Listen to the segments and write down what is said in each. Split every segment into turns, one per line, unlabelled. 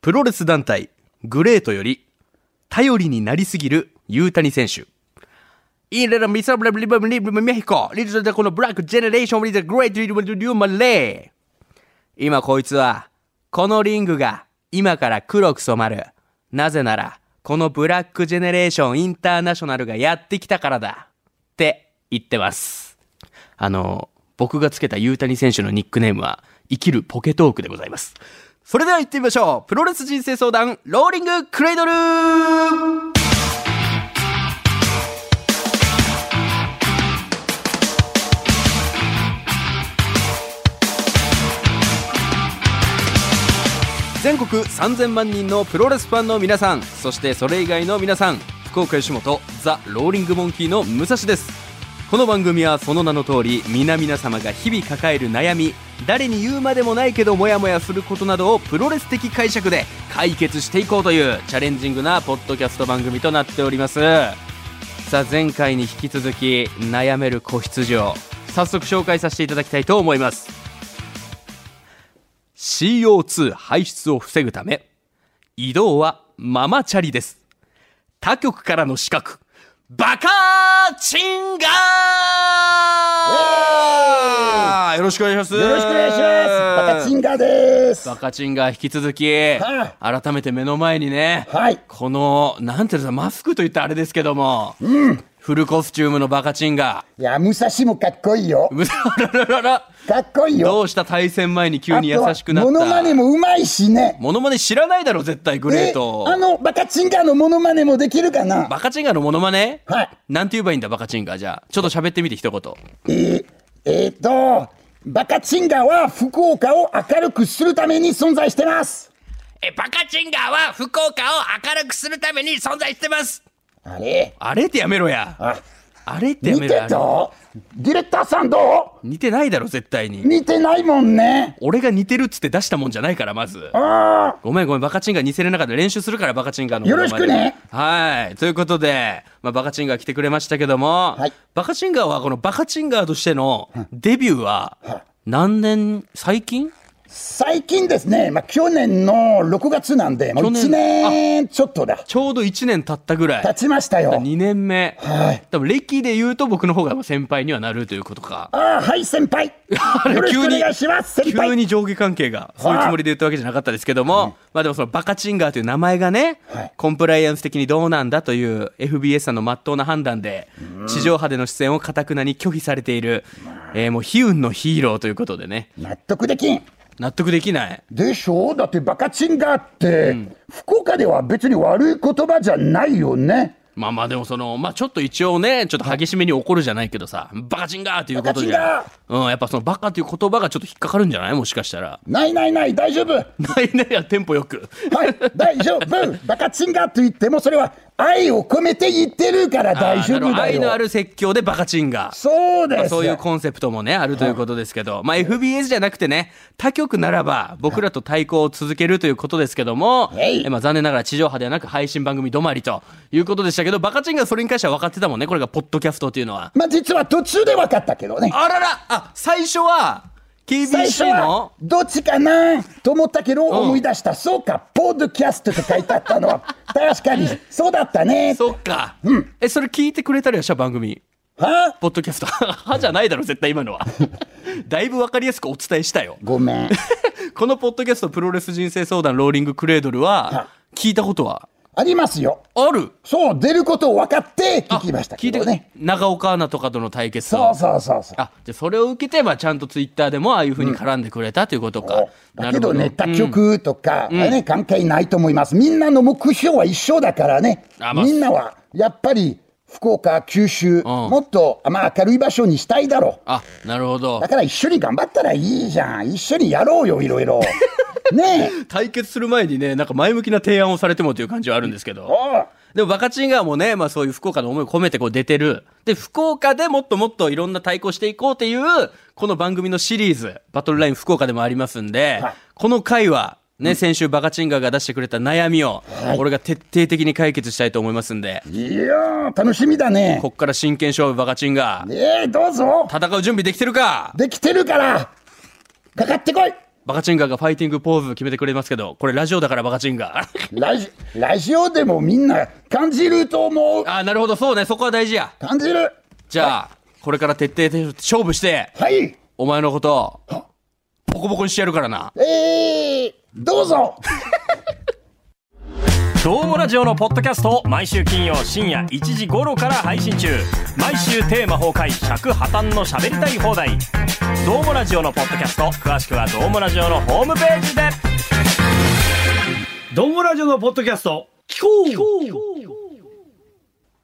プロレス団体、グレートより、頼りになりすぎる、ゆうたに選手。インレラミサブラブリブリブメヒコ、リズルこのブラックジェネレーションリズグレートリブリブマレー。今こいつは、このリングが今から黒く染まる。なぜなら、このブラックジェネレーションインターナショナルがやってきたからだ。って言ってます。あの、僕がつけたゆうたに選手のニックネームは、生きるポケトークでございます。それでは行ってみましょう。プロレス人生相談、ローリングクレイドル全国3000万人のプロレスファンの皆さんそしてそれ以外の皆さん福岡吉本ザ・ローリングモンキーの武蔵ですこの番組はその名の通り皆々様が日々抱える悩み誰に言うまでもないけどモヤモヤすることなどをプロレス的解釈で解決していこうというチャレンジングなポッドキャスト番組となっておりますさあ前回に引き続き悩める子羊を早速紹介させていただきたいと思います CO2 排出を防ぐため、移動はママチャリです。他局からの資格、バカチンガーよろしくお願いします。
よろしくお願いします。バカチンガーです。
バ
は
カチンガー引き続き、
は
改めて目の前にね、
い。
この、なんていうのさ、マスクと言ったらあれですけども、フルコスチュームのバカチンガ
いや、武蔵もかっこいいよ
ー。。うざらららら
かっこいいよ。
どうした対戦前に急に優しくなった。
あとはモノマネもうまいしね。
モノマネ知らないだろ絶対グレート
えあの、バカチンガーのモノマネもできるかな
バカチンガのモノマネ
はい。
なんて言えばいいんだバカチンガじゃあちょっと喋ってみて一言
えー、えーと、バカチンガーは福岡を明るくするために存在してます。
えバカチンガは福岡を明るくするために存在してます
あれ
あれってやめろや
あ、
あれってや
似
め
て
ろや
たディレクターさんど
似てないだろ絶対
う
に
似てないもんね。
俺が似てるっつって出したもんじゃないからまず
ああ、
ごめんごめんバカチンガ似せれなかった練習するからバカチンガのモノマネ
よろしくね
はいということで、まあ、バカチンガ来てくれましたけども、
はい
バカチンガはこのバカチンガとしてのデビューは何年最近
最近ですね、まあ、去年の6月なんで、もう
去年
1年ちょっとだ。
ちょうど1年経ったぐらい
経ちましたよ。
2年目。
はい。
多分歴で言うと僕の方が先輩にはなるということか。
ああ、はい、先輩。
れ
よろしくお願いします、先
急
輩。
に上下関係が、そういうつもりで言ったわけじゃなかったですけども、まあでもそのバカチンガーという名前がね
はい、
コンプライアンス的にどうなんだという FBS さんの真っ当な判断で、地上波での出演をかたくなに拒否されている、えーもう悲運のヒーローということでね、
納得できん。
納得できない。
でしょだってバカチンガーって、福岡では別に悪い言葉じゃないよね。
まあまあでもその、まあちょっと一応ね、ちょっと激しめに怒るじゃないけどさ、バカチンガーということで
バカチ、
うん、やっぱそのバカという言葉がちょっと引っかかるんじゃないもしかしたら。
ないないない、大丈夫。は
ないねや、テンポよく。
い、大丈夫。バカチンガーと言っても、それは愛を込めて言ってるから大丈
あーな
夫
るほど
だ
愛のあ
よ。
る説教でバカチンガー。
そうです。
そういうコンセプトもね、あるということですけど、まあ FBS じゃなくてね、他局ならば僕らと対抗を続けるということですけども、
はい
えまあ残念ながら地上波ではなく配信番組止まりということでしたけど、バカチンガーそれに関しては分かってたもんね、これがポッドキャストというのは。
まあ、実は途中で分かったけどね。
あららあ、最初は
最初
KBC
は
の
どっちかなと思ったけど思い出した、そうかポッドキャストって書いてあった のは確かにそうだったね
そっか。え、それ聞いてくれたりはした番組
は
ポッドキャスト はじゃないだろ、絶対今 のは。だいぶ分かりやすくお伝えしたよ。
ご めん
このポッドキャストプロレス人生相談ローリングクレードルは
は
聞いたことは
ありますよ
ある
そう出ることを分かって聞きました
聞
け
いて
どね
長岡アナとかとの対決と
そうそうそうそう
あじゃあそれを受けて、まあ、ちゃんとツイッターでもああいうふうに絡んでくれたということか、な
だけ
るほ
ど
ど
ね、他局とか、ね、関係ないと思います。みんなの目標は一緒だからね
あ。まあ
みんなは、やっぱり、福岡、九州、もっと、まあ、明るい場所にしたいだろう。
あなるほど
だから一緒に頑張ったらいいじゃん。一緒にやろうよ、いろ いろ。ねえ。
対決する前にねなんか前向きな提案をされてもという感じはあるんですけど
おう
でもバカチンガーもね、まあそういう福岡の思いを込めてこう出てる。で、福岡でもっともっといろんな対抗していこうっていう、この番組のシリーズ、バトルライン福岡でもありますんで、
はい
この回は、ね、先週バカチンガーが出してくれた悩みを、
はい
俺が徹底的に解決したいと思いますんで、
いやー、楽しみだね。
こっから真剣勝負バカチンガー。
えー、どうぞ。
戦う準備できてるか
できてるから、かかってこい。
バカチンガーがファイティングポーズ決めてくれますけど、これラジオだからバカチンガー。
ラジラジオでもみんな感じると思う
あー、なるほど、そうね、そこは大事や。
感じる
じゃあ、これから徹底的に勝負して、
はい
お前のこと、ボコボコにしてやるからな。
えー、どうぞ
どうもラジオのポッドキャストを毎週金曜深夜1時頃から配信中毎週テーマ崩壊尺破綻の喋りたい放題どうもラジオのポッドキャスト詳しくはどうもラジオのホームページで
どうもラジオのポッドキャスト、聞こう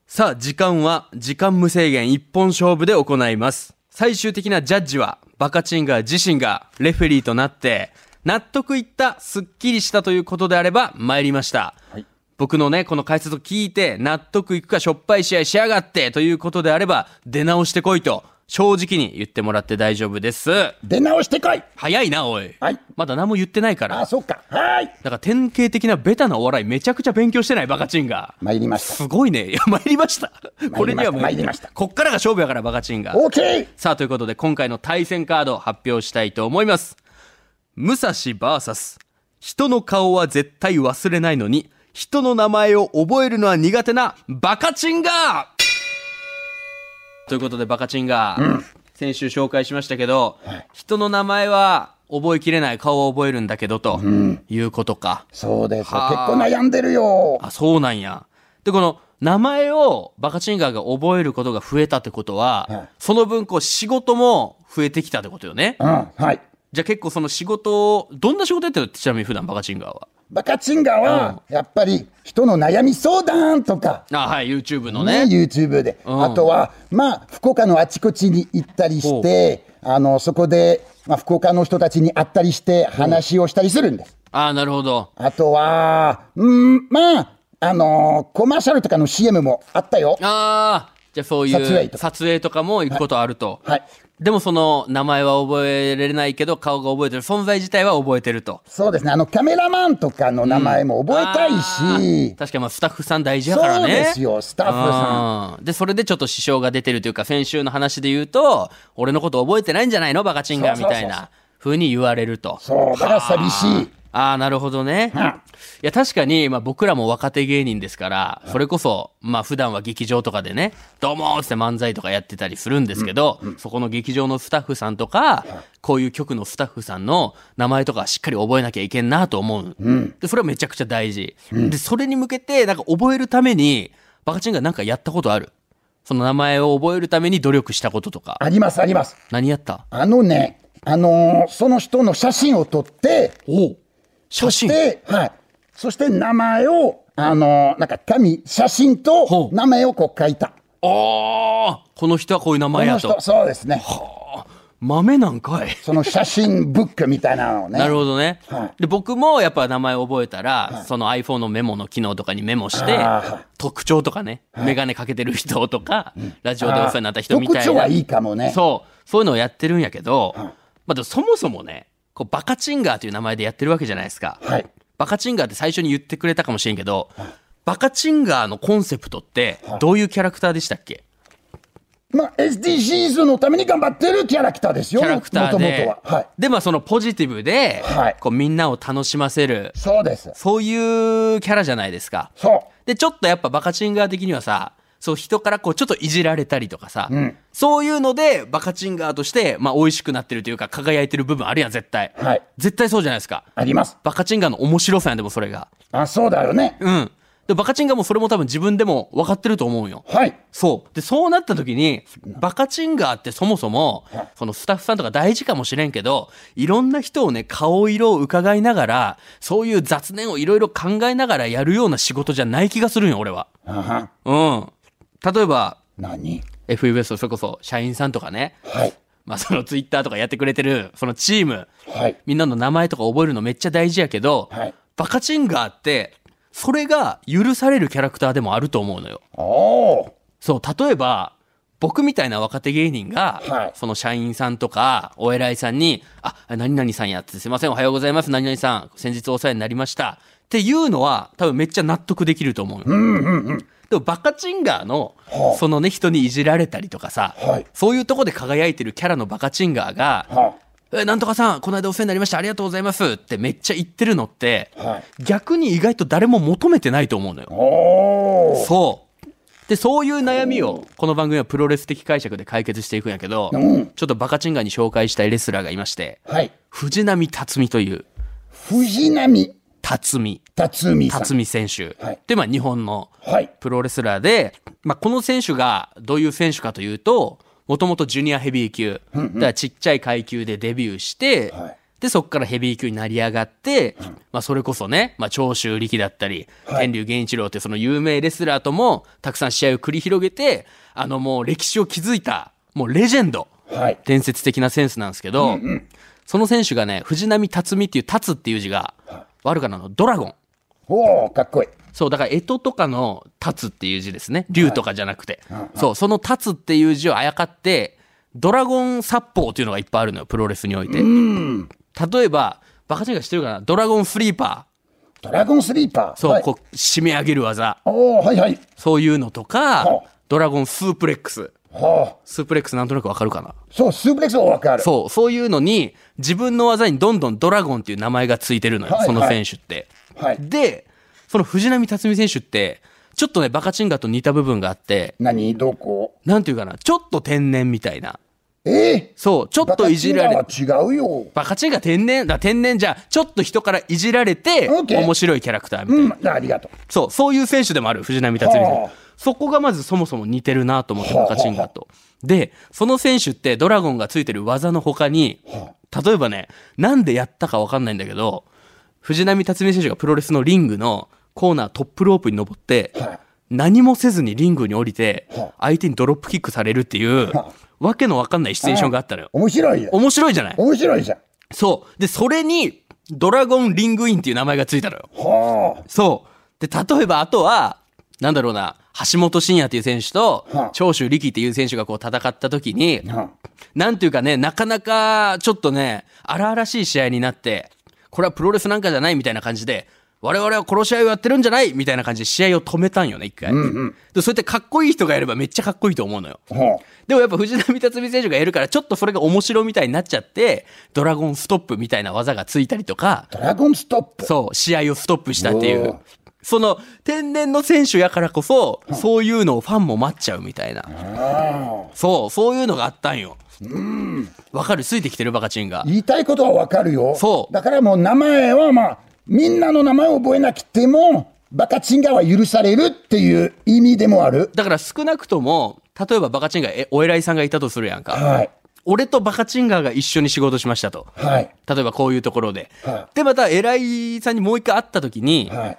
さあ、時間は時間無制限一本勝負で行います。最終的なジャッジは、バカチンガー自身がレフェリーとなって、納得いった、スッキリしたということであれば、参りました。僕のね、この解説を聞いて、納得いくかしょっぱい試合しやがって、ということであれば、出直してこいと、正直に言ってもらって大丈夫です。
出直してこい
早いな、おい。
はい
まだ何も言ってないから。
あそっかはーい
だから典型的なベタなお笑いめちゃくちゃ勉強してないバカチンが。
参りました
すごいね。いや、参りました。これにはもう
参りました
こっからが勝負やからバカチンが。
OK
さあ、ということで今回の対戦カードを発表したいと思います。武蔵 VS 人の顔は絶対忘れないのに、人の名前を覚えるのは苦手なバカチンガーということでバカチンガー、先週紹介しましたけど、人の名前は覚えきれない、顔は覚えるんだけどということか。
そうですよ
は
結
ー
構悩んでるよ
あ、そうなんや。で、この名前をバカチンガーが覚えることが増えたってことは、
はい
その分こう仕事も増えてきたってことよね。
うんはい
じゃあ結構その仕事を、どんな仕事やってるちなみに普段バカチンガーは。
バカチンガーはやっぱり人の悩み相談とか
あ、はい、YouTube の
ね
ね。
YouTube で、
うん
あとはまあ福岡のあちこちに行ったりしてあのそこで、まあ、福岡の人たちに会ったりして話をしたりするんです、
あ、なるほど。
あとはうんまああのーコマーシャルとかの CM もあったよ
ああ、じゃあそういう
撮影とか
撮影とかも行くことあると。
はい
でもその名前は覚えられないけど顔が覚えてる存在自体は覚えてると
そうですねあのカメラマンとかの名前も覚えたい
あ
し
ー、確かにまあスタッフさん大事やからね
そうですよスタッフ
さんでそれでちょっと支障が出てるというか先週の話で言うと俺のこと覚えてないんじゃないのバカチンガーみたい
そうそうそう
な風に言われると
そうだから寂しい
ああ、なるほどね。いや、確かに、まあ僕らも若手芸人ですから、それこそ、まあ普段は劇場とかでね、どうもーっつって漫才とかやってたりするんですけど、そこの劇場のスタッフさんとか、こういう局のスタッフさんの名前とかしっかり覚えなきゃいけんなと思う。で、それはめちゃくちゃ大事。で、それに向けて、なんか覚えるために、バカチンがなんかやったことあるその名前を覚えるために努力したこととか。
ありますあります
何やった
あのねあのーその人の写真を撮って
おう写真
で、はい。そして名前を、あのーなんか紙、写真と
ほう
名前をこう書いた。
ああこの人はこういう名
こ
前
の
やと
人、。そうですね。
豆なんかい。
その写真ブックみたいなのを ね。
なるほどね
はい。
で、僕もやっぱ名前覚えたら、その iPhone のメモの機能とかにメモして
あー、
特徴とかね、メガネかけてる人とか、ラジオでお世話になった人み
特
たい
徴はいい
な。
かもね。
そう、そういうのをやってるんやけど、まあでもそもそもね、こうバカチンガーという名前でやってるわけじゃないですか。
はい。
バカチンガーって最初に言ってくれたかもしれんけど、バカチンガーのコンセプトってどういうキャラクターでしたっけ
まあ、SDGs のために頑張ってるキャラクターですよ。
キャラクターで
もともとは。はい。
で、まあそのポジティブで
はい、
こうみんなを楽しませる、
そうです。
そういうキャラじゃないですか。
そ
で、ちょっとやっぱバカチンガー的にはさ、そう人からこうちょっといじられたりとかさ、そういうのでバカチンガーとして、まあ美味しくなってるというか輝いてる部分あるやん、絶対。
はい
絶対そうじゃないですか。
う。あります。
バカチンガーの面白さやん、でもそれが。
あ、そうだよね。
うん。で、バカチンガーもそれも多分自分でも分かってると思うんよ。
はい。
そう。で、そうなった時に、バカチンガーってそもそも、そのスタッフさんとか大事かもしれんけど、いろんな人をね、顔色を伺いながら、そういう雑念をいろいろ考えながらやるような仕事じゃない気がするんよ、俺は。
あは。
うん。例えば、
何
FE ウエスト、それこそ社員さんとかね、
はい。
まあそのツイッターとかやってくれてる、そのチーム、
はい。
みんなの名前とか覚えるのめっちゃ大事やけど、
はい
バカチンガーって、それが許されるキャラクターでもあると思うのよ。
おー。
そう、例えば、僕みたいな若手芸人が、
はい
その社員さんとか、お偉いさんに、あ、何々さんやって、すいません、おはようございます、何々さん、先日お世話になりました。っていうのは、多分めっちゃ納得できると思うよ。でも、バカチンガーの、そのね、人にいじられたりとかさ、
はい
そういうとこで輝いてるキャラのバカチンガーが、
は
えなんとかさん、この間お世話になりました、ありがとうございますってめっちゃ言ってるのって、
は
逆に意外と誰も求めてないと思うのよ。
おー
そう。で、そういう悩みを、この番組はプロレス的解釈で解決していくんやけど、
うん
ちょっとバカチンガに紹介したいレスラーがいまして、
はい。
藤波辰巳という、
藤波
辰巳、
辰巳さん。
辰巳選手。
はい
で、まあ日本の
はい。
プロレスラーで、まあこの選手がどういう選手かというと、もともとジュニアヘビー級、だからちっちゃい階級でデビューして、
はい
で、そこからヘビー級になり上がって、まあそれこそね、まあ長州力だったり、
はい
天竜源一郎ってその有名レスラーともたくさん試合を繰り広げて、あのもう歴史を築いた、もうレジェンド、
はい。
伝説的なセンスなんですけど、その選手がね、藤波辰巳っていう辰っていう字が、悪かなのドラゴン。
おー、かっこいい。
そう、だから、えととかの、立つっていう字ですね。竜とかじゃなくて。そう、その立つっていう字をあやかって、ドラゴン殺法っていうのがいっぱいあるのよ、プロレスにおいて。例えば、バカチンが知ってるかなドラゴンスリーパ
ドラゴンスリーパー。
ー。そう、
はい、
こう、締め上げる技。
おー、はいはい。
そういうのとか
はあ、
ドラゴンスープレックス。
はあ。
スープレックスなんとなくわかるかな
そう、スープレックスはわかる。
そう、そういうのに、自分の技にどんどんドラゴンっていう名前がついてるのよ、
はい
その選手って。
はい
で、その藤波辰巳選手って、ちょっとね、バカチンガと似た部分があって、
何どこ
なんていうかな、ちょっと天然みたいな。
ええ
そう、ちょっといじられ
バカチンラは違うよ。
バカチンが天然、だ天然じゃ、ちょっと人からいじられて、
OK
面白いキャラクターみたいな。
うん、ありがとう。
そう、そういう選手でもある、藤波辰
は
巳
あ。
そこがまずそもそも似てるなと思って、
はあ
バカチンガと。で、その選手ってドラゴンがついてる技の他に、例えばね、なんでやったかわかんないんだけど、藤波辰巳選手がプロレスのリングのコーナートップロープに登って
はあ、
何もせずにリングに降りて
はあ、
相手にドロップキックされるっていう
は、
わけのわかんないシチュエーションがあったのよ。
面白いよ。
面白いじゃない
面白いじゃん。
そう。で、それに、ドラゴンリングインっていう名前がついたのよ。
はあ。
そう。で、例えばあとは、なんだろうな、橋本真也っていう選手と
はあ、
長州力っていう選手がこう戦った時に、
は
なんていうかね、なかなかちょっとね、荒々しい試合になって、これはプロレスなんかじゃないみたいな感じで、我々は殺し合いをやってるんじゃないみたいな感じで試合を止めたんよね、一回。で、そうやってかっこいい人がやればめっちゃかっこいいと思うのよ。
は
でもやっぱ藤波辰巳選手がやるから、ちょっとそれが面白みたいになっちゃって、ドラゴンストップみたいな技がついたりとか、
ドラゴンストップ。
そう、試合をストップしたっていうう
わ。
その、天然の選手やからこそ、そういうのをファンも待っちゃうみたいな。そう、そういうのがあったんよ。わかるついてきてるバカチンが。
言いたいことはわかるよ。
そう
だからもう名前はまあ、みんなの名前を覚えなくても、バカチンガは許されるっていう意味でもある。
だから少なくとも、例えばバカチンが、え、お偉いさんがいたとするやんか。
はい。
俺とバカチンガーが一緒に仕事しましたと。
はい。
例えばこういうところで
は。
で、また偉いさんにもう一回会った時に、
はい。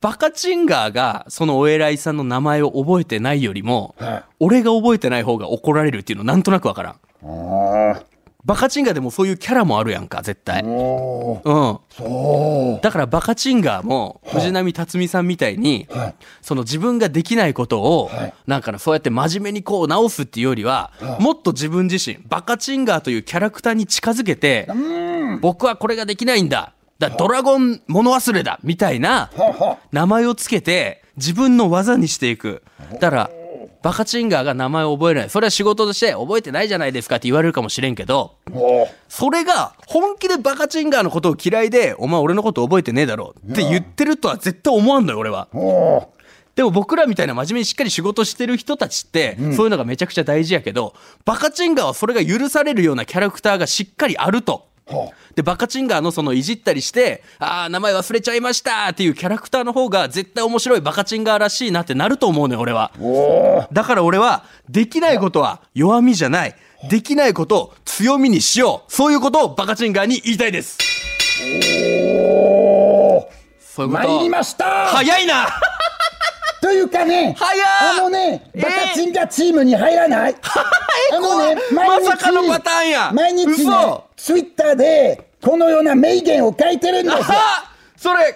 バカチンガーがそのお偉いさんの名前を覚えてないよりも
はい、
俺が覚えてない方が怒られるっていうのなんとなくわからん。
あ
バカチンガーでもそういうキャラもあるやんか、絶対。
あ。
う
おー
ん。
そう。
だからバカチンガーも、藤波辰巳さんみたいに、
はい
その自分ができないことを、
はい
なんかなそうやって真面目にこう直すっていうよりは、
はい
もっと自分自身、バカチンガーというキャラクターに近づけて、僕はこれができないんだ。だドラゴン物忘れだみたいな
はは
名前をつけて自分の技にしていく。だから、バカチンガーが名前を覚えない。それは仕事として覚えてないじゃないですかって言われるかもしれんけど、
おー
それが本気でバカチンガーのことを嫌いで、お前俺のこと覚えてねえだろって言ってるとは絶対思わんのよ、俺は。
おー
でも僕らみたいな真面目にしっかり仕事してる人たちって、そういうのがめちゃくちゃ大事やけど、バカチンガーはそれが許されるようなキャラクターがしっかりあると。
は
で、バカチンガーのそのいじったりして、ああ、名前忘れちゃいましたっていうキャラクターの方が絶対面白いバカチンガーらしいなってなると思うね、俺は。
おー
だから俺は、できないことは弱みじゃない。できないことを強みにしよう。そういうことをバカチンガーに言いたいです。
おー
そういうこと。
参りました
早いな
というかね、
早っ
あのね、
えー
バカチンがチームに入らない、あのね、
怖いまさかのパターンや
毎日ね
嘘、
ツイッターで、このような名言を書いてるんですよ。
あそれ、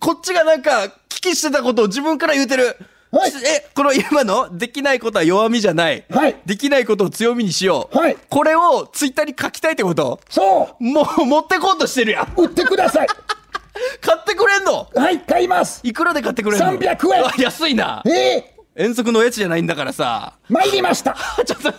こっちがなんか、聞きしてたことを自分から言うてる。
はい
え、この今の、できないことは弱みじゃない。
はい
できないことを強みにしよう。
はい
これをツイッターに書きたいってこと
そ
もう、持ってこうとしてるやん。
う、売ってください。
買ってくれんの
はい、買います。
いくらで買ってくれんの
300円
うわ安いな
えー、
遠足のやつじゃないんだからさ。
参りました。
ちょっと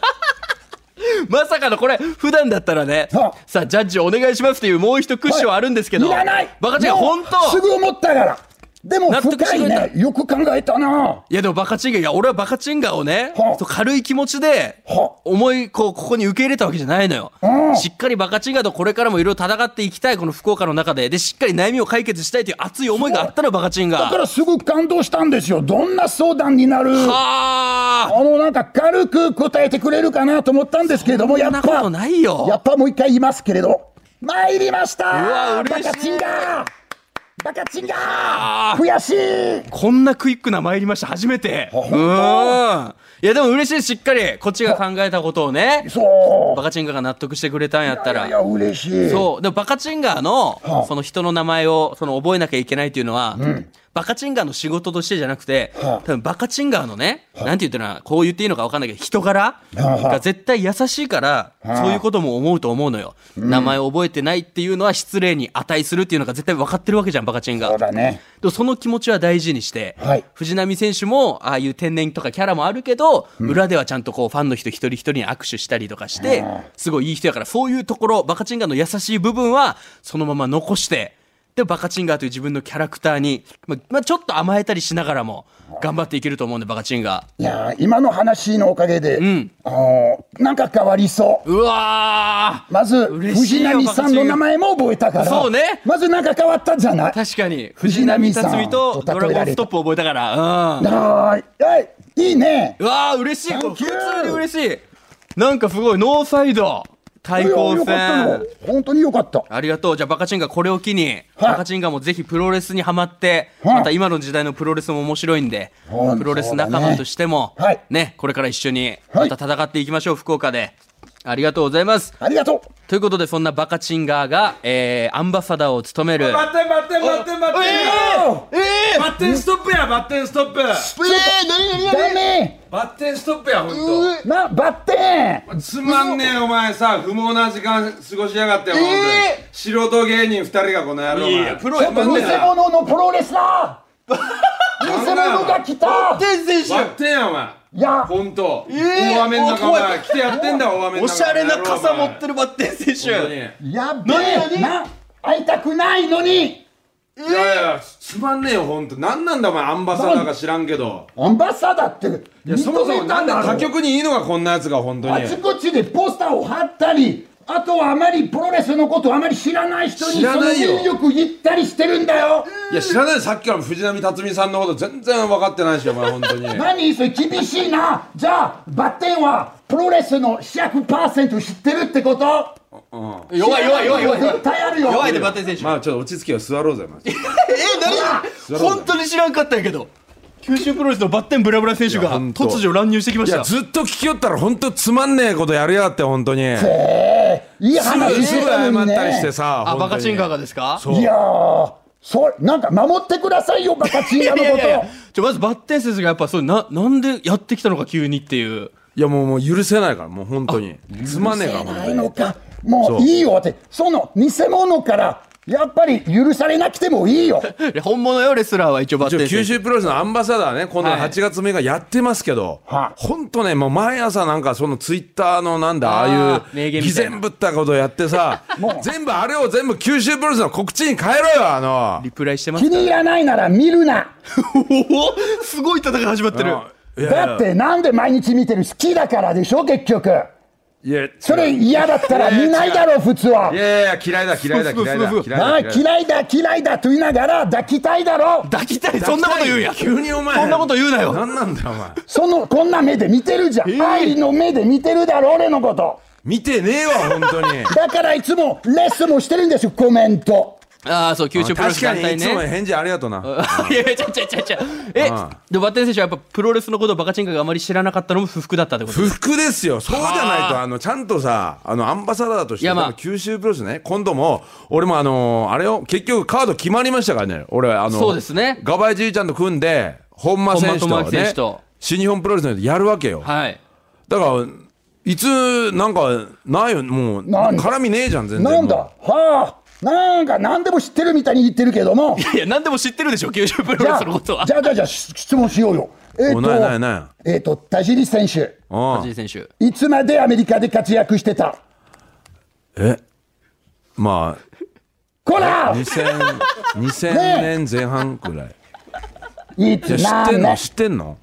まさかのこれ、普段だったらね
そう、
さあ、ジャッジお願いしますっていうもう一クッションあるんですけど、
いらない
バカチンが
もう
本当
すぐ思ったからでも
納得して
深い
くれた
ねよく考えたない
やでもバカチンガいや俺はバカチンガをね
はあ
そう軽い気持ちで
はあ
思いこうここに受け入れたわけじゃないのよ
うん
しっかりバカチンガとこれからもいろいろ戦っていきたいこの福岡の中ででしっかり悩みを解決したいという熱い思いがあったのよバカチンガ
だか
は
らすぐ感動したんですよどんな相談になる
あ
あのなんか軽く答えてくれるかなと思ったんですけれどもや
そ
っ
んな
ぱ
ことないよ
やっぱもう一回言いますけれど参りました
うわ
バ
嬉しい
カチンガーバカチンガー悔しい
こんなクイックな参りました初めてう
あ
ん
本当
いやでも嬉しいしっかりこっちが考えたことをね
そう
バカチンガが納得してくれたんやったら
いやいや嬉しい
そうでもバカチンガーの、
はあ
その人の名前をその覚えなきゃいけないっていうのは、バカチンガーの仕事としてじゃなくて、
はあ
多分バカチンガーのね、なんて言ったらこう言っていいのか分かんないけど人柄
はあ
が絶対優しいから、
あ
そういうことも思うと思うのよ、名前を覚えてないっていうのは失礼に値するっていうのが絶対分かってるわけじゃんバカチンガ
そ
ー
うだね
でもその気持ちは大事にして、
はい
藤波選手もああいう天然とかキャラもあるけど、裏ではちゃんとこうファンの人一人一人に握手したりとかして、すごいいい人やからそういうところバカチンガーの優しい部分はそのまま残してでバカチンガーという自分のキャラクターに、まあまあ、ちょっと甘えたりしながらも頑張っていけると思うんでバカチンガ
いやー今の話のおかげで、あのーなんか変わりそう
ーうわー
まず
嬉しい
藤
よ
波さんの名前も覚えたから
そうね
まずなんか変わったじゃない
確かに藤
藤
波
波
辰
さん
巳とドラゴンストップ覚えたからうん
はーいはいいいね
うわー嬉しいこれ普
Thank
通に
you
嬉しいなんかすごいノーサイド対抗
よかった
戦
よ本当によかった
ありがとう。じゃあ、バカチンガ、これを機に、バカチンガもぜひプロレスにはまって、
はい
また今の時代のプロレスも面白いんで、
はい
プロレス仲間としても、
そうだねはい
ね、これから一緒に、
は
ま
い
た戦っていきましょう、福岡で。ありがとうございます。
ありがとう
ということで、そんなバカチンガーが、えー、アンバサダーを務める、
バッテンバッテンバッテンバッテン
えー、え
バッテンストップやバッテンストップ
ダメ
バッテンストップやほん
なバッテ
とつまんねえお前さ不毛な時間過ごしやがってよほんとに素人芸人2人がこの野郎お
いやいや
前
プロ
ンちょっと偽物のプロレスラ ー偽物が来た
ー、全選
バッテンやお前
いや
ほんと
え
大雨の中
お
お
怖い
前来てやってんだよ大雨の
手
中
おしゃれな傘持って
る
るバッテン選手。
やっべえな会いたくないのに
いやいやつまんねえよほんと何なんだお前アンバサダーか知らんけど
アンバサダーって認
いやそもそも
め
な
た
ん
ん
で
だろ
他
う
局にいいのがこんなやつが本当
あ
に
ちこちでポスターを貼ったりあとはあまりプロレスのことをあまり知らない人に
知ら
その
ないよ
魅力言ったりしてるんだよ
いや知らないさっきから藤波辰巳さんのこと全然分かってないしお前本当に
何それ厳しいなじゃあバッテンはプロレスの100%知ってるってこと
弱い弱い弱い弱い。
絶対あるよ
弱いで、バッテン選手。
まあちょっと落ち着けよ座ろうぜマジで
え、何本当に知らんかったんやけど。九州プロレスのバッテンブラブラ選手
いや
が
本当
突如乱入してきま
い
し
や
た。
ずっと聞きよったら本当つまんねえことやるやがって本当にす
いい話
ぐす
し
ぐ
てた
謝
の
っ
に
たりして
ね
さ
あ、バカチンガーが
で
ですか
そう
いやーそれなんか守ってくださいよバカチンガの
い
こ
やいやいや
と
じゃあまずバッテン選手がやっぱそうななんでやってきたのか急にっていう
いやもうもう許せないからもう本当につまんねえから本
な
当
い
に
のかもういいよってその偽物からやっぱり許されなくてもいいよ
いや本物よレスラーは一応バッ
一応
テン
九
選手
州プロレスのアンバサダーね、今度の
はい
8月6日やってますけど、
はい
本当ね、もう毎朝なんかそのツイッターのなんだ、
あー
ああい
名
う
言
偽
みたいな
善ぶったことやってさ、全部あれを全部九州プロレスの告知に変えろよ、あの。
リプライしてます
気に入らないなら見るな
お おすごい戦い始まってる
いやいや
だってなんで毎日見てる好きだからでしょ結局
いや、
それ嫌だったら
いやいや
見ないだろ普通はい
やいや、嫌いだ、嫌いだ、
そうそう
嫌いだ、
そうそう
嫌い
ああ
だ。嫌いだ
嫌いだ嫌いだと言いながら抱きたいだろ
抱きたいそんなこと言うんや
急にお前。
そんなこと言うなよ
何なんだよ、お前。
そのこんな目で見てるじゃん、愛の目で見てるだろ俺のこと
見てねえわ、本当 に。
だからいつもレッスンもしてるんですよコメント
ああそう九州プロレ
確
ス団
かに、
体
いつも
ね
返事ありがとうな。
いやいやちゃちゃちゃちゃえ
うん
でバッテン選手はやっぱプロレスのことをバカチンガーがあまり知らなかったのも不服だったってこと
不服ですよ、そうじゃないと、あのちゃんとさ、あのアンバサダーとして、
いやまあ
多分九州プロレスね、今度も、俺もあのーあれよ、結局カード決まりましたからね、俺、あの
そうですね
ガバイじいちゃんと組んで、本間選手
本間智明
と、
選
ね
手と、
新日本プロレスのやるわけよ、
はい
だから、いつ、なんか、ないよ、もう、
なんだ
絡みねえじゃん、全然。
なんだ
も
はあなんか何でも知ってるみたいに言ってるけど も、
いや、何でも知ってるでしょ、90分
じ
ロ
ゃ
レ
あ、
スのことは。
じゃあ、じゃあ、じゃあ、し質問しようよ。えっ、
お
と、
ないないな
えっ、と、田尻選手、
うん
藤井選手。
いつまでアメリカで活躍してた
えま
こら
あ2000 2000年前半くらい
い
じ
つ
ゃあ知って
何年
んの知ってんの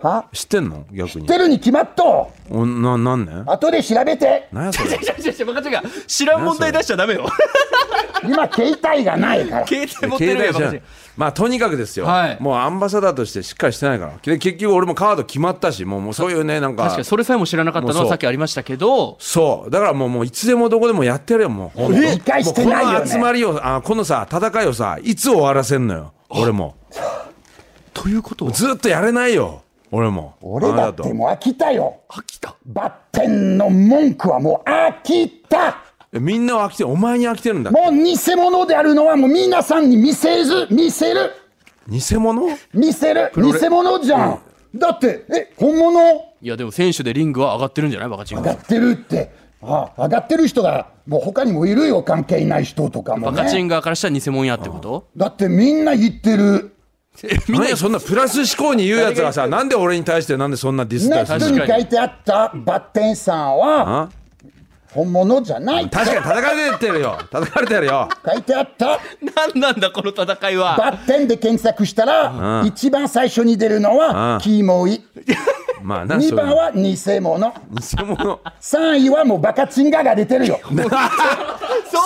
は
知ってんの逆
知っ
に
てるに決まっと
おな何年
う後で調べて
何やそれ
違う違う違う、バカ違う。知らん問題出しちゃダメよ。
今携帯がないから
携帯持って
携
るやん、バ
帯じ
カ
ゃ
違
ん
う。
まあとにかくですよ、
はい
もうアンバサダーとしてしっかりしてないからで結局俺もカード決まったしもうもうそういうねなんか
確かに、それさえも知らなかったの
も
は
うそう
さっきありましたけど、
そうだからもうもういつでもどこでもやってやるよもうほんと
理解してない
もう
よ
この集ま
ね
りをあこのさ戦いをさいつ終わらせんのよ俺も
ということは、
ずっとやれないよ俺も
俺だってもう飽きたよ
飽きた。
バッテンの文句はもう飽きた
えみんなは飽きてお前に飽きてるんだ
もう偽物であるのはもう皆さんに見せず見せる
偽物
見せる
ロレ
偽物じゃん、だってえ本物
いや、でも選手でリングは上がってるんじゃないバカ違
上が
う。
ってるってあ上がってる人がもう他にもいるよ関係ない人とかも
バカチン
ね
側からしたら偽物やってこと
だってみんな言ってる
みんなそんなプラス思考に言うやつがさなんで俺に対してなんでそんなディスっ
ネ
た
ッ
りする
確
トに
かに
書いてあったバッテンさんは
あ
本物じゃないって
確かに叩かれてるよ叩かれてるよ
書いてあった
なんなんだ、この戦いは。
バッテンで検索したら、
うん
一番最初に出るの
う
は
ん
キモイ
まあな
2番は偽物
そういうの偽物
3位はもうバカチンガが出てるよ
そ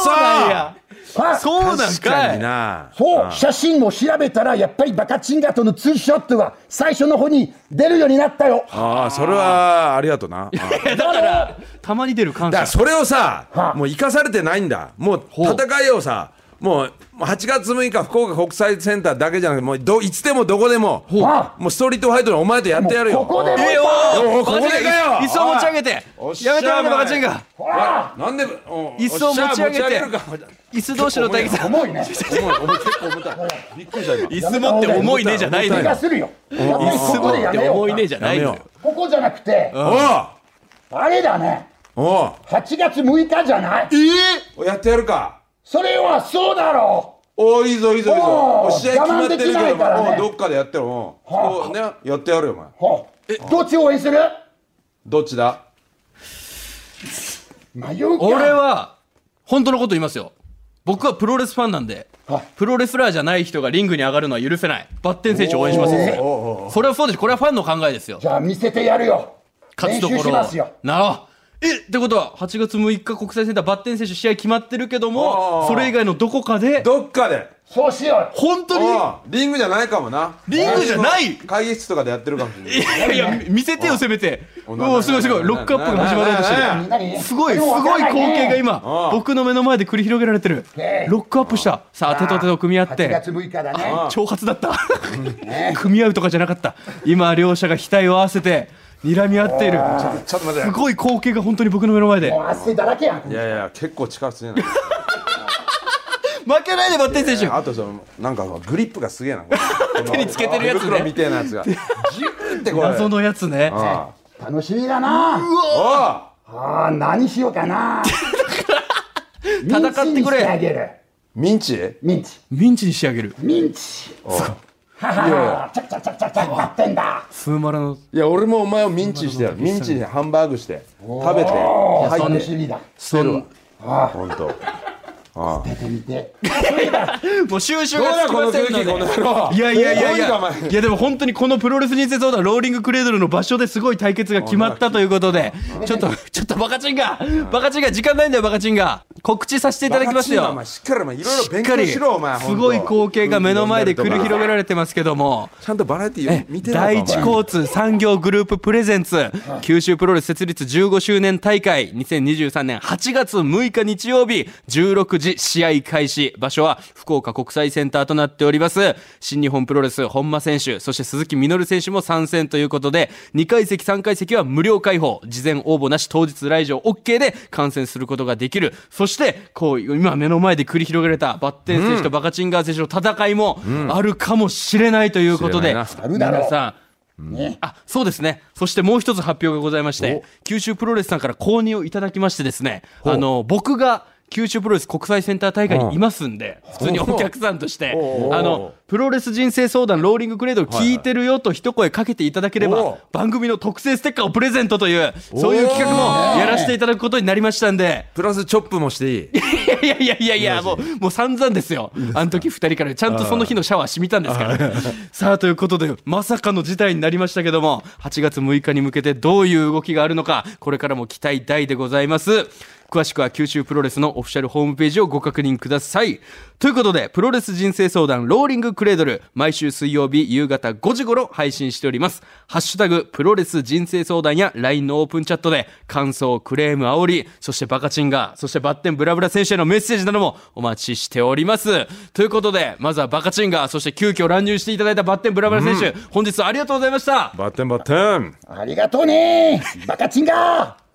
うなんや。
あそう
そうなん
確か
か
に
い。
な
写真も調べたらやっぱりバカチンガとのツーショットが最初の方に出るようになったよ
ああそれはありがとうなあ
だ
ー
から、たまに出る感
だから
謝。
それをさ、
はあ
もう生かされてないんだ、もう
う
戦いをさ、もう8月6日、福岡国際センターだけじゃなくて、もうどいつでもどこでも、
う
もうストリートファイトのお前とやってやるよ。
もうここでも
おい
えよ
お
ー
いここでかよ
一層持ち上げて
おいおっしゃ
やめてもらうね
お前
バカチンが
わなんで、お
一層
おっしゃ
持ち上げて
持るか
椅子同士の対決
重いね
重い、重い、結構重たい。びっくりした、今。
椅子持って重いねじゃないの
気
よ
がするよやっぱり
椅子
ここ
持
で
っ
やめ
て
よ
重
う
いねじゃないのよ
ここじゃなくてあれだね
おう
8月6日じゃない
おうやってやるか。
それはそうだろ
おーいいぞいいぞいいぞ
おう
お試合決まってるけ
我慢できない
ど、
からね
おうどっかでやってよおうそうねやってやるよお前
うほうどっち応援する
どっちだ
迷うか
俺は本当のこと言いますよ僕はプロレスファンなんで
はい
プロレスラーじゃない人がリングに上がるのは許せないバッテン選手を応援しますよそれ
お
それはそうですこれはファンの考えですよ
じゃあ見せてやるよ
勝つと
練
こ
習
ろ
しますよ
をなあえってことは8月6日国際センターバッテン選手試合決まってるけど
おうおうお
も
う
それ以外のどこかで
どっかで
そうしよ
本当に
ああリングじゃないかもな
リングじゃない
会議室とかでやってるかもしれない
いやいや見せてよせめて
お
おおすごいすごいロックアップが始まろうとしてる
うみんなに
すごい、すごい光景が今
あ、あ
僕の目の前で繰り広げられてる
ねえ。
ロックアップした。さあ、手と手と組み合っ
8
て。
月6日だね
挑発だった。 組み合うとかじゃなかった。今、両者が額を合わせて、睨み合っている。
ちょっと待って
すごい光景が本当に僕の目の前で
も。う汗だらけやん
いやいや結構力強いな
負けないで、バッテン選手。
あとそのなんかグリップがすげえな
手につけてるやつね
手袋みたいなやつがジューってこれ
謎のやつね。
あ
楽しみだな
あ
ああ何しようかな
戦ってくれ
ミンチにしてあげる
おうミ
ミ
ンチ
ンチ
ミンチに仕上げる。
ミンチはははチャチャチャチャチャバッテンだ
スーマラの。
いや俺もお前をミンチにしてやるミンチにハンバーグして食べて入
楽
っ
してみだ
捨てるわ本当。
出てみて
もう収集
どう
が
だ
つき
こ
ま
の
せ
空
んの
気
で
この野郎
いやいやいやい
どうにか
や
お前
いやでも本当にこのプロレスにそうだローリングクレードルの場所ですごい対決が決まったということでちょっとちょっとバカチンがバカチンが時間ないんだよバカチンが告知させていただきます
バカチンはお
よ
前しっかりお前いろいろ
しっ
勉
か
強
り
し
す
ろお前本当
ごい光景が目の前で繰り広げられてますけども
ちゃんとバラエティー見てない
第
か
一
お前
交通産業グループプレゼンツ九州プロレス設立15周年大会2023年8月6日日曜日16時試合開始場所は福岡国際センターとなっております新日本プロレス本間選手そして鈴木みのる選手も参戦ということで2階席3階席は無料開放事前応募なし当日来場 OK で観戦することができるそしてこう今目の前で繰り広げられたバッテン選手とバカチンガー選手の戦いもあるかもしれないということで、
知れないな
あるだろう
皆さん、あそうですねそしてもう一つ発表がございまして九州プロレスさんから購入をいただきましてですねあの僕が九州プロレス国際センター大会にいますんで、普通にお客さんとして、
おう
あの、プロレス人生相談ローリングクレードを聞いてるよと一声かけていただけれ
おう
ば、番組の特製ステッカーをプレゼントという、そういう企画もやらせていただくことになりましたんで、
プラスチョップもしていい
いやいやいやいや、もう、もう散々ですよ。あの時二人から、ちゃんとその日のシャワー染みたんですから。さあ、ということで、まさかの事態になりましたけども、8月6日に向けてどういう動きがあるのか、これからも期待大でございます。詳しくは九州プロレスのオフィシャルホームページをご確認ください。ということで、プロレス人生相談ローリングクレードル、毎週水曜日夕方5時頃配信しております。ハッシュタグ、プロレス人生相談や LINE のオープンチャットで、感想、クレーム、煽り、そしてバカチンガー、そしてバッテンブラブラ選手へのメッセージなどもお待ちしております。ということで、まずはバカチンガー、そして急遽乱入していただいたバッテンブラブラ選手、本日はありがとうございました。
バッテンバッテン
ありがとうねバカチンガー